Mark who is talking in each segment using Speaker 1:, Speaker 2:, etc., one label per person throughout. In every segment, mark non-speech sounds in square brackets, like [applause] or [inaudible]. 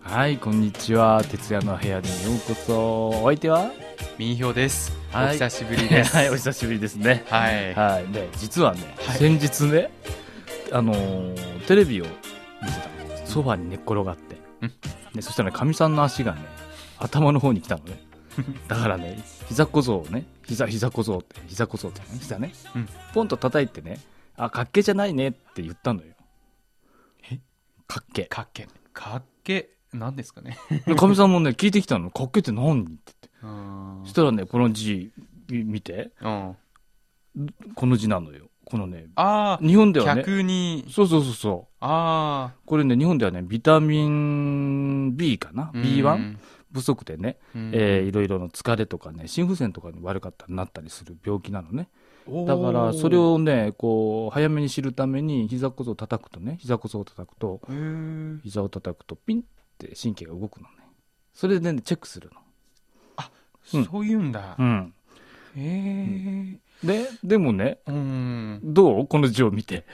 Speaker 1: はいこんにちは徹夜の部屋にようこそお相手は
Speaker 2: 民票です。
Speaker 1: はい
Speaker 2: お久しぶりで
Speaker 1: [laughs]
Speaker 2: す。
Speaker 1: はいお久しぶりですね
Speaker 2: はい
Speaker 1: はいで実はね、
Speaker 2: はい
Speaker 1: 先日ねあのーテレビを見てたのソファに寝っ転がって
Speaker 2: うん
Speaker 1: でそしたらねかみさんの足がね頭の方に来たの [laughs] ねだからね膝小僧をね膝膝小僧って膝小僧って、ね、膝ね、
Speaker 2: うん
Speaker 1: ポンと叩いてねあかっけじゃないねって言ったのよ
Speaker 2: え
Speaker 1: かっけ
Speaker 2: かっけ。かっけ。なんですかね。
Speaker 1: でかみさんもね聞いてきたのかっけって何って
Speaker 2: うーん。
Speaker 1: そしたらね、この字み見て、
Speaker 2: うん。
Speaker 1: この字なのよ。このね、
Speaker 2: ああ、
Speaker 1: 日本ではね、
Speaker 2: 客に、
Speaker 1: そうそうそうそ
Speaker 2: あ
Speaker 1: う。これね、日本ではね、ビタミン B かな
Speaker 2: あ。
Speaker 1: ?B1 不足でね、
Speaker 2: うん
Speaker 1: えーいろいろの疲れとかね、心不全とかに悪かったになったりする病気なのね。
Speaker 2: おー
Speaker 1: だから、それをね、こう、早めに知るために、膝こそ叩くとね、膝こそ叩くと、
Speaker 2: へー
Speaker 1: 膝を叩くと、ピンって神経が動くのね。それでね、チェックするの。うん
Speaker 2: そういうんだ
Speaker 1: う。ん。
Speaker 2: へえ。
Speaker 1: で、でもね、
Speaker 2: うん。
Speaker 1: どうこの字を見て。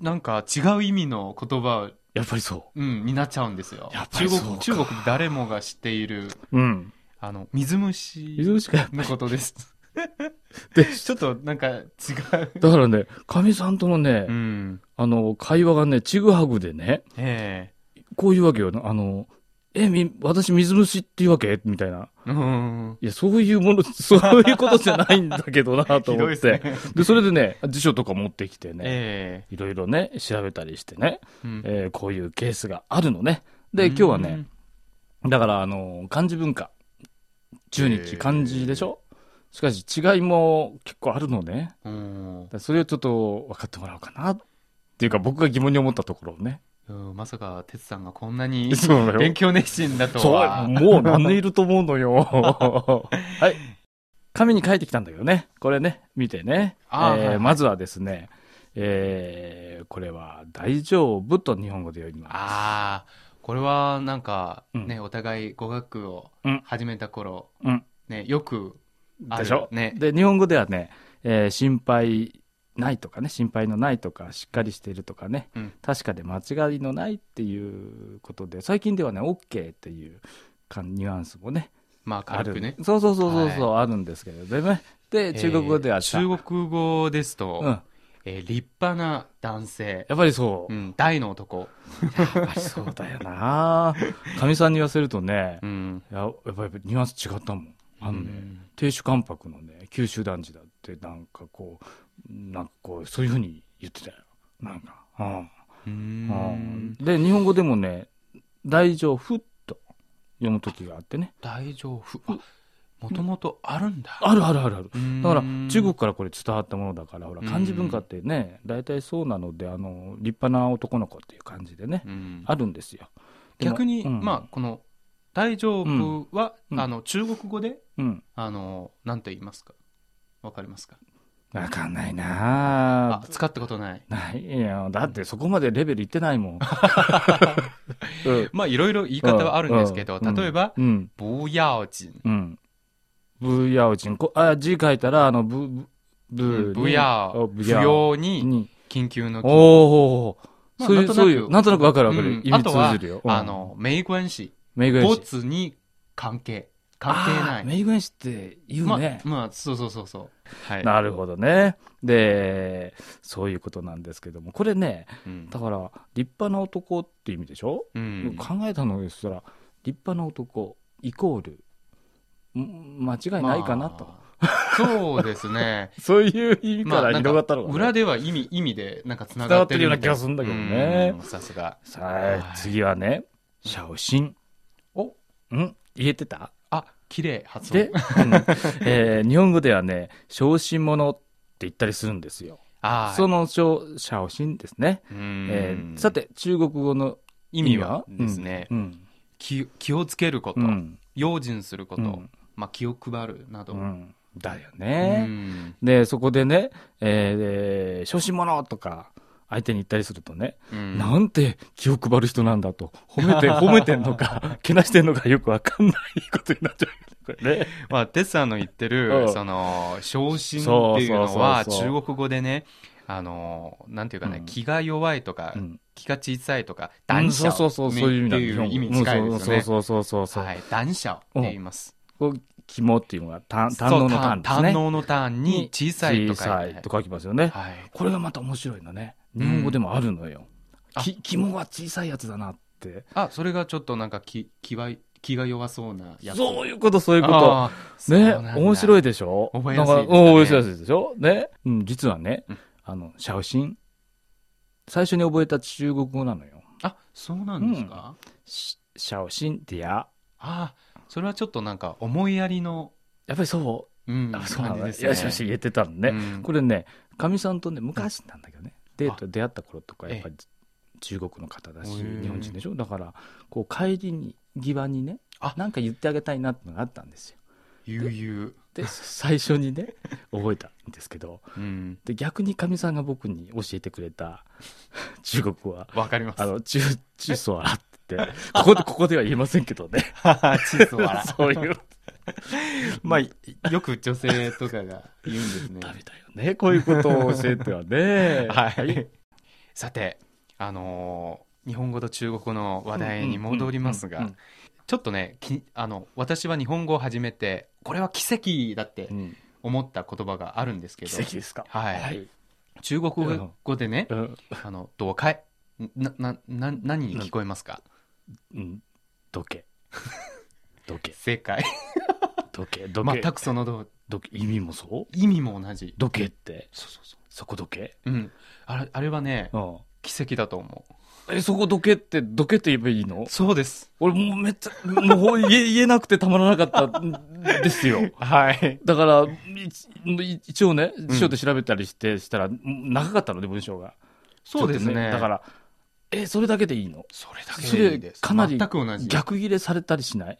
Speaker 2: なんか違う意味の言葉、
Speaker 1: やっぱりそ
Speaker 2: うん、になっちゃうんですよ
Speaker 1: やっ。ぱ
Speaker 2: 中
Speaker 1: りそう
Speaker 2: 国、
Speaker 1: か
Speaker 2: 中国誰もが知っている、
Speaker 1: う。うん。
Speaker 2: あの、水虫
Speaker 1: 水しか
Speaker 2: のことです。
Speaker 1: で
Speaker 2: [laughs] ちょっとなんか違う。
Speaker 1: だからね、かみさんとのね、
Speaker 2: うん。
Speaker 1: あの、会話がね、ちぐはぐでね、
Speaker 2: え
Speaker 1: こういうわけよ。あの、え、み、私水虫っていうわけみたいな。
Speaker 2: えうん。
Speaker 1: いや、そういうもの、 [laughs] そういうことじゃないんだけどなと
Speaker 2: ひ
Speaker 1: 思
Speaker 2: どい
Speaker 1: って。
Speaker 2: ですね
Speaker 1: で。それでね、辞書とか持ってきてね、
Speaker 2: え
Speaker 1: いろいろね、調べたりしてね、
Speaker 2: えうん
Speaker 1: えーこういうケースがあるのね。で、今日はね、、だから、あの、漢字文化。10
Speaker 2: へ
Speaker 1: 日
Speaker 2: ー
Speaker 1: 漢字でしょしかし、違いも結構あるのね。
Speaker 2: うん
Speaker 1: だか、らそれをちょっと分かってもらおうかなっていうか僕が疑問に思ったところをね。
Speaker 2: うんまさか、哲さんがこんなに
Speaker 1: [laughs] そうだよ
Speaker 2: 勉強熱心だと
Speaker 1: そう、
Speaker 2: は。
Speaker 1: もう何年いると思うの
Speaker 2: [laughs]
Speaker 1: よ。はい。紙に書いてきたんだけどね。これね、見てね。
Speaker 2: あー
Speaker 1: えー
Speaker 2: はいはい
Speaker 1: まずはですね、えーこれは大丈夫と日本語で読みます。
Speaker 2: ああ、これはなんか、ね、
Speaker 1: う
Speaker 2: お互い語学を
Speaker 1: うん
Speaker 2: 始めた頃、
Speaker 1: うん
Speaker 2: ね、よくある
Speaker 1: でしょ、
Speaker 2: ね。
Speaker 1: で、日本語ではね、えー心配ないとかね、心配のないとか、しっかりしているとかね、
Speaker 2: うん
Speaker 1: 確かで間違いのないっていうことで、最近ではね、OK っていうかニュアンスもね、
Speaker 2: まあ、軽くね
Speaker 1: あ。るそうそうそうそうそう、あるんですけどねで中国語では
Speaker 2: えー
Speaker 1: さ、
Speaker 2: 中国語ですと、
Speaker 1: うん、や
Speaker 2: えー立派な男性、
Speaker 1: っぱりそうう、
Speaker 2: ん、大の
Speaker 1: [laughs]
Speaker 2: 男。
Speaker 1: やっぱりそうだよなかみさんに言わせるとね
Speaker 2: うん。
Speaker 1: いややっぱりニュアンス違ったもんあのね、
Speaker 2: うん
Speaker 1: 亭主関白のね九州男児だってなんかこうなんかこうそういうふうに言ってたよなんか、うん
Speaker 2: うー
Speaker 1: うん
Speaker 2: ん。
Speaker 1: で日本語でもね「大丈夫」と読む時があってね
Speaker 2: 大丈夫。あ、もともとあるんだ。
Speaker 1: あるあるあるあるだか
Speaker 2: だ
Speaker 1: ら中国からこれ伝わったものだからほら
Speaker 2: うん
Speaker 1: 漢字文化ってね大体そうなのであの立派な男の子っていう感じでね
Speaker 2: うん
Speaker 1: あるんですよでも
Speaker 2: 逆に、
Speaker 1: うん
Speaker 2: まあこの「大丈夫は」
Speaker 1: うん
Speaker 2: あの中国語で
Speaker 1: うん
Speaker 2: あのなんと言いますかわかりますか
Speaker 1: わかんないな
Speaker 2: あ
Speaker 1: ぁ
Speaker 2: 使ったことない
Speaker 1: ないいやだってそこまでレベルいって
Speaker 2: [laughs]
Speaker 1: ないもんうん
Speaker 2: まあいろいろ言い方はあるんですけど、
Speaker 1: うん
Speaker 2: 例えば
Speaker 1: うん
Speaker 2: 「不要緊
Speaker 1: うんブーヤオチンこあ字書いたらあのブブ」ブーに
Speaker 2: 不要
Speaker 1: あブ
Speaker 2: 不
Speaker 1: ヤオ
Speaker 2: 要に
Speaker 1: に
Speaker 2: 緊急の
Speaker 1: おー
Speaker 2: 緊
Speaker 1: おーおー
Speaker 2: まあ
Speaker 1: そういう、
Speaker 2: なんと
Speaker 1: そういう、なんとな
Speaker 2: なく
Speaker 1: くわかるわかる。
Speaker 2: うん
Speaker 1: 意
Speaker 2: あ
Speaker 1: 味
Speaker 2: とは
Speaker 1: 通じるよ。うん
Speaker 2: あ、の名关系
Speaker 1: メイグエンシ
Speaker 2: ボツに関係関係な
Speaker 1: あー
Speaker 2: い
Speaker 1: メイグエンシって言うね。
Speaker 2: まあまあそうそうそうそうはい
Speaker 1: なるほどね。で、そういうことなんですけども、これね、
Speaker 2: うん
Speaker 1: だから、立派な男って意味でしょ、
Speaker 2: うん
Speaker 1: 考えたのですら、立派な男イコール、ん間違い [laughs] ないかなと。
Speaker 2: まあそうで
Speaker 1: [laughs]
Speaker 2: すね
Speaker 1: そういう意味
Speaker 2: ま
Speaker 1: か
Speaker 2: あ
Speaker 1: ら
Speaker 2: なん
Speaker 1: 広がったのか、ね
Speaker 2: 裏では意味、意味で、なんか繋がってるみたい
Speaker 1: 伝わってるような気がするんだけどね
Speaker 2: うんさすが。
Speaker 1: さ
Speaker 2: は
Speaker 1: あ、
Speaker 2: い
Speaker 1: 次はね、シャオシン。
Speaker 2: お
Speaker 1: ん言えてた
Speaker 2: あ、綺麗、発
Speaker 1: で、
Speaker 2: 音
Speaker 1: う。んえー日本語ではね、小心者って言ったりするんですよ。
Speaker 2: あー
Speaker 1: その小、シャオシンですね。
Speaker 2: うん
Speaker 1: えーさて、中国語の
Speaker 2: 意味はですね、
Speaker 1: うん
Speaker 2: 気気をつけること
Speaker 1: う、ん
Speaker 2: 用心するこ
Speaker 1: う
Speaker 2: と
Speaker 1: ん、
Speaker 2: まあ気を配るなど。
Speaker 1: う
Speaker 2: うん
Speaker 1: んだよね、でそこでね「えーえー小心者!」とか相手に言ったりするとね、
Speaker 2: うん
Speaker 1: なんて気を配る人なんだと褒
Speaker 2: [laughs]
Speaker 1: めて褒めてんのかけなしてんのかよくわかんないことになっちゃうよねこれね
Speaker 2: まあ、テスさんの言って
Speaker 1: う
Speaker 2: る、
Speaker 1: ん
Speaker 2: その、昇進っていうのは、
Speaker 1: そうそうそう
Speaker 2: 中国語でね、あのーなんていうかね、
Speaker 1: うん
Speaker 2: 気が弱いとか、
Speaker 1: うん
Speaker 2: 気が小さいとか、
Speaker 1: う
Speaker 2: 断
Speaker 1: んそ
Speaker 2: 捨
Speaker 1: うそうそう、そういう意味
Speaker 2: って
Speaker 1: なん
Speaker 2: いう意味に
Speaker 1: うん
Speaker 2: 近いですよね。
Speaker 1: そうそうそうそうそう。
Speaker 2: はい、断捨って言います。
Speaker 1: こう肝っていうのが単
Speaker 2: そう
Speaker 1: 単能の単ですね。
Speaker 2: 単能の単に小さいと
Speaker 1: 小
Speaker 2: か
Speaker 1: さ
Speaker 2: 言っ
Speaker 1: い
Speaker 2: て
Speaker 1: と。書きますよね。
Speaker 2: はい。
Speaker 1: これがまた面白いのね。日本語でもあるのよ。
Speaker 2: うん
Speaker 1: き肝が小さいやつだなって。
Speaker 2: あ、それがちょっとなんか気、気は、気が弱そうなやつ。
Speaker 1: そう
Speaker 2: いう
Speaker 1: いうこと、そういうこと。
Speaker 2: あー
Speaker 1: ね、
Speaker 2: そうなんだ
Speaker 1: 面白いでしょ
Speaker 2: 覚えやすいですね
Speaker 1: なんかうん覚えやすいでしょね。うん、実はね
Speaker 2: うん、
Speaker 1: あの、シャオシン。最初に覚えた中国語なのよ。
Speaker 2: あ、そうなんですか、
Speaker 1: シシャオシンってや。
Speaker 2: あーそれはちょっとなんか思いやりの、
Speaker 1: やっぱりそうう。
Speaker 2: ん、
Speaker 1: あ、そうな
Speaker 2: 感
Speaker 1: ん
Speaker 2: じ
Speaker 1: だ。
Speaker 2: で
Speaker 1: よし
Speaker 2: すね。
Speaker 1: よし言えてたのね
Speaker 2: う。ん
Speaker 1: これね、かみさんとね、昔なんだけどね、デート出会った頃とか、
Speaker 2: ええ
Speaker 1: やっぱり中国の方だし、
Speaker 2: へえ
Speaker 1: 日本人でしょ、だから、こう帰りに、際にね
Speaker 2: あ、
Speaker 1: なんか言ってあげたいなってのがあったんですよ。
Speaker 2: 悠
Speaker 1: で、
Speaker 2: [laughs]
Speaker 1: 最初にね、覚えたんですけど、
Speaker 2: 々。うん。
Speaker 1: で逆にかみさんが僕に教えてくれた [laughs] 中国語は、
Speaker 2: わかります。
Speaker 1: あの、中、中ソアラって
Speaker 2: [laughs]
Speaker 1: 言って、ここで、ここでは言えませんけどね、
Speaker 2: チーズを笑
Speaker 1: そういう、
Speaker 2: まあ、 [laughs] よく女性とかが言うんで
Speaker 1: [laughs]
Speaker 2: すね。
Speaker 1: ダメだよね、こういうことを教えてはね。
Speaker 2: [laughs] はい。さて、あのー日本語と中国語の話題に戻ります
Speaker 1: うんう
Speaker 2: が
Speaker 1: んうん、
Speaker 2: ちょっとね、きあの、私は日本語を始めて、これは奇跡だって
Speaker 1: うんうん
Speaker 2: 思った言葉があるんですけど、
Speaker 1: 奇跡ですか。
Speaker 2: はい中国語でね
Speaker 1: う、ん
Speaker 2: あの、どうかい、な、な、な、何に聞こえますか
Speaker 1: うん、どけ。
Speaker 2: [laughs]
Speaker 1: どけ、
Speaker 2: 正解。
Speaker 1: どけ、どけ。
Speaker 2: 全くその通
Speaker 1: どけ意味もそう
Speaker 2: り、意味も同じ。
Speaker 1: どけって、
Speaker 2: そうそうそ
Speaker 1: そこどけ
Speaker 2: う。うん。あれ、あれはね、
Speaker 1: うん。
Speaker 2: 奇跡だと思う。
Speaker 1: え、そこどけって、どけって言えばいいの
Speaker 2: そうです。
Speaker 1: 俺もうめっちゃ、もう言え言えなくてたまらなかったん [laughs] ですよ。
Speaker 2: はい。
Speaker 1: だから、い一応ね、
Speaker 2: ん
Speaker 1: 辞書で調べたりして、したら、長かったので、文章が。
Speaker 2: そうです
Speaker 1: ちょっと
Speaker 2: ね。
Speaker 1: だから、え、それだけでいいの
Speaker 2: それだけ
Speaker 1: そ
Speaker 2: でいい
Speaker 1: れ
Speaker 2: です。
Speaker 1: かなり
Speaker 2: 全く同じ。
Speaker 1: 逆切れされたりし
Speaker 2: [laughs]
Speaker 1: ない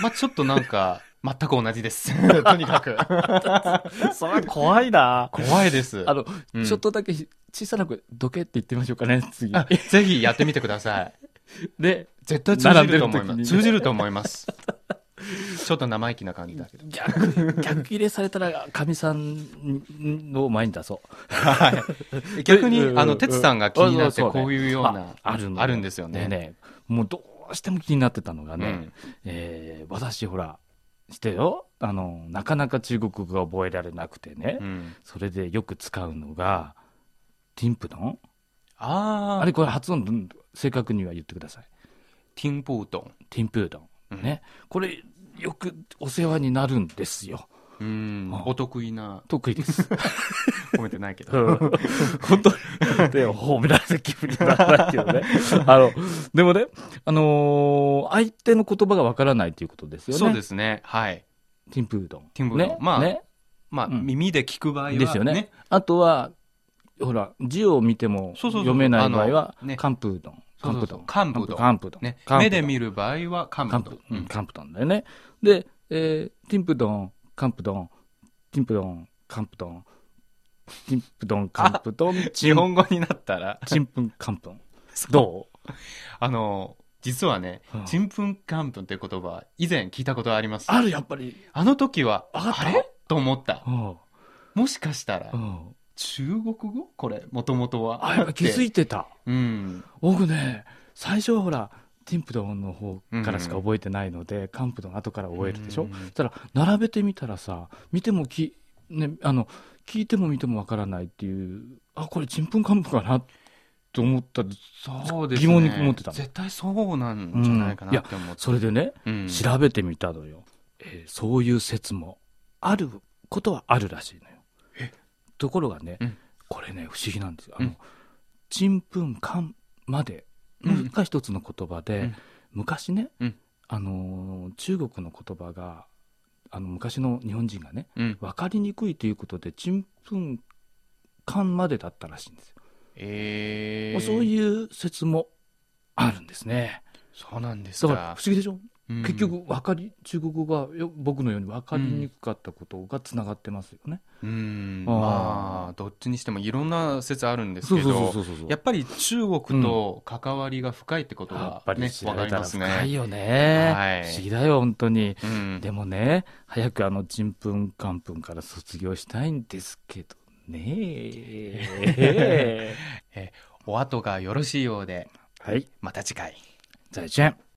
Speaker 2: まあ、ちょっとな
Speaker 1: [laughs]
Speaker 2: んか、全く同じです。とにかく。
Speaker 1: それ怖いな
Speaker 2: 怖いです。
Speaker 1: あの、
Speaker 2: うん
Speaker 1: ちょっとだけ小さな声、どけって言ってみましょうか [laughs] ね、次。
Speaker 2: あぜひやってみてください。
Speaker 1: で、
Speaker 2: 絶対通じると思い
Speaker 1: 並んで
Speaker 2: ま
Speaker 1: る
Speaker 2: す。
Speaker 1: 時に
Speaker 2: 通じると思います。ちょっと生意気な感じだ
Speaker 1: [laughs]
Speaker 2: けど。
Speaker 1: 逆、逆切れされたら、かみさんの前に出そう。
Speaker 2: はい。 [laughs] 逆に
Speaker 1: う、ん
Speaker 2: あの、哲さんが気になって、
Speaker 1: そうそうね
Speaker 2: こういうような、
Speaker 1: あるの
Speaker 2: あるんですよね。
Speaker 1: ねもうどうしても気になってたのが
Speaker 2: う
Speaker 1: ね、
Speaker 2: ん
Speaker 1: えー私ほら、してよ、あの、なかなか中国語が覚えられなくてね、
Speaker 2: うん。
Speaker 1: それでよく使うのが、ティンプドン
Speaker 2: あー、
Speaker 1: あれこれ発音、うん正確には言ってください。
Speaker 2: 听不懂。
Speaker 1: ティンプードン。ね。これ、よくお世話になるんですよ。
Speaker 2: うん。お得意な、
Speaker 1: 得意
Speaker 2: [laughs]
Speaker 1: です。
Speaker 2: 褒めてないけど。
Speaker 1: 本当に。で、褒められた気分にならないけど
Speaker 2: [laughs]
Speaker 1: ね。あの、でもね、あのー相手の言葉がわからないということですよね。
Speaker 2: そうですね。はい。
Speaker 1: ティンプードン。
Speaker 2: ティンプードン
Speaker 1: ね、
Speaker 2: まあ
Speaker 1: ね。
Speaker 2: まあ、
Speaker 1: うん
Speaker 2: 耳で聞く場合は、ね。
Speaker 1: ですよね。あとは、ほら、字を見ても
Speaker 2: そうそうそう
Speaker 1: 読めない場合は
Speaker 2: あのね、
Speaker 1: カンプードン。カ
Speaker 2: そう
Speaker 1: ン
Speaker 2: そ
Speaker 1: プード
Speaker 2: うそう
Speaker 1: ン。
Speaker 2: カンプードン
Speaker 1: カンプードン。
Speaker 2: ね、
Speaker 1: カンプー
Speaker 2: 目
Speaker 1: ドン
Speaker 2: で見る場合はカン
Speaker 1: カン
Speaker 2: プ
Speaker 1: プ
Speaker 2: と、、
Speaker 1: う、
Speaker 2: うんん
Speaker 1: カンプトンだよね。で、えー、ティンプドン、カンプドン、ティンプドン、カンプドン、ティンプドン、カンプドン、
Speaker 2: 日
Speaker 1: チン、
Speaker 2: 本語になったら、
Speaker 1: チンプン、カンプン。どう
Speaker 2: あの、実はね
Speaker 1: うん、
Speaker 2: ちんぷんかんぷんっていう言葉、以前聞いたことあります。あ
Speaker 1: ある、やっぱり。
Speaker 2: の時は、
Speaker 1: わかった
Speaker 2: あれと思った。
Speaker 1: うん
Speaker 2: もしかしたら
Speaker 1: う、ん
Speaker 2: 中国語これ、もともとは。
Speaker 1: あ、やっぱ気づ
Speaker 2: い
Speaker 1: いてた。
Speaker 2: うん。
Speaker 1: 僕ね、最初はほら、ティンプドンの方からしか覚えてないので、カンプドン後から覚えるでしょ。
Speaker 2: うん
Speaker 1: そしたら、並べてみたらさ、見てもき、ね、あの、聞いても見てもわからないっていう、あ、これ、ちんぷんかんぷんかなと思ったら
Speaker 2: そうです
Speaker 1: 疑
Speaker 2: ね。
Speaker 1: 問に思ってたの
Speaker 2: 絶対そうなんじゃないかなって思って。
Speaker 1: それでね、
Speaker 2: うん
Speaker 1: 調べてみたのよ、えーそういう説もあることはあるらしいのよところがね、
Speaker 2: うん
Speaker 1: これね不思議なんですよあの、
Speaker 2: うん
Speaker 1: ちんぷんかんまで
Speaker 2: うん
Speaker 1: が一つの言葉で、
Speaker 2: うん
Speaker 1: 昔ね、
Speaker 2: うん
Speaker 1: あのー中国の言葉があの昔の日本人がね
Speaker 2: うん。
Speaker 1: 分かりにくいということでちんぷんかんまでだったらしいんですよ、
Speaker 2: えー。
Speaker 1: そういう説もあるんですね
Speaker 2: そうなんです
Speaker 1: だから
Speaker 2: か
Speaker 1: 不。思議でしょ
Speaker 2: うん
Speaker 1: 結、局わかり中国語がよ僕のように分かりにくかったことがつながってますよね。
Speaker 2: うん。
Speaker 1: あー
Speaker 2: まあ、どっちにしてもいろんな説あるんです
Speaker 1: そう
Speaker 2: け
Speaker 1: そう
Speaker 2: ど
Speaker 1: そ、うそうそう。
Speaker 2: やっぱり中国と関わりが深いってこと
Speaker 1: や
Speaker 2: が
Speaker 1: っぱ、り
Speaker 2: ね、
Speaker 1: 知
Speaker 2: わ
Speaker 1: られ
Speaker 2: かり
Speaker 1: た
Speaker 2: ま
Speaker 1: ら
Speaker 2: す
Speaker 1: 深い
Speaker 2: ね。
Speaker 1: よね。
Speaker 2: はい
Speaker 1: 不思議だよ本当に。
Speaker 2: うん
Speaker 1: でもね早くあのちんぷんかんぷんから卒業したいんですけどねえ。
Speaker 2: [laughs] お後がよろしいようで、
Speaker 1: はい。
Speaker 2: また次回。
Speaker 1: 再见。